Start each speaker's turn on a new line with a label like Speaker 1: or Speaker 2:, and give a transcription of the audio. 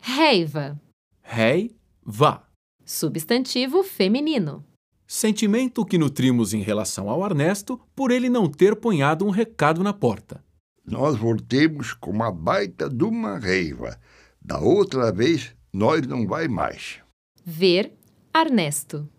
Speaker 1: Reiva.
Speaker 2: Reiva.
Speaker 1: Substantivo feminino.
Speaker 2: Sentimento que nutrimos em relação ao Ernesto por ele não ter ponhado um recado na porta.
Speaker 3: Nós voltemos com uma baita de uma reiva. Da outra vez, nós não vai mais.
Speaker 1: Ver Ernesto.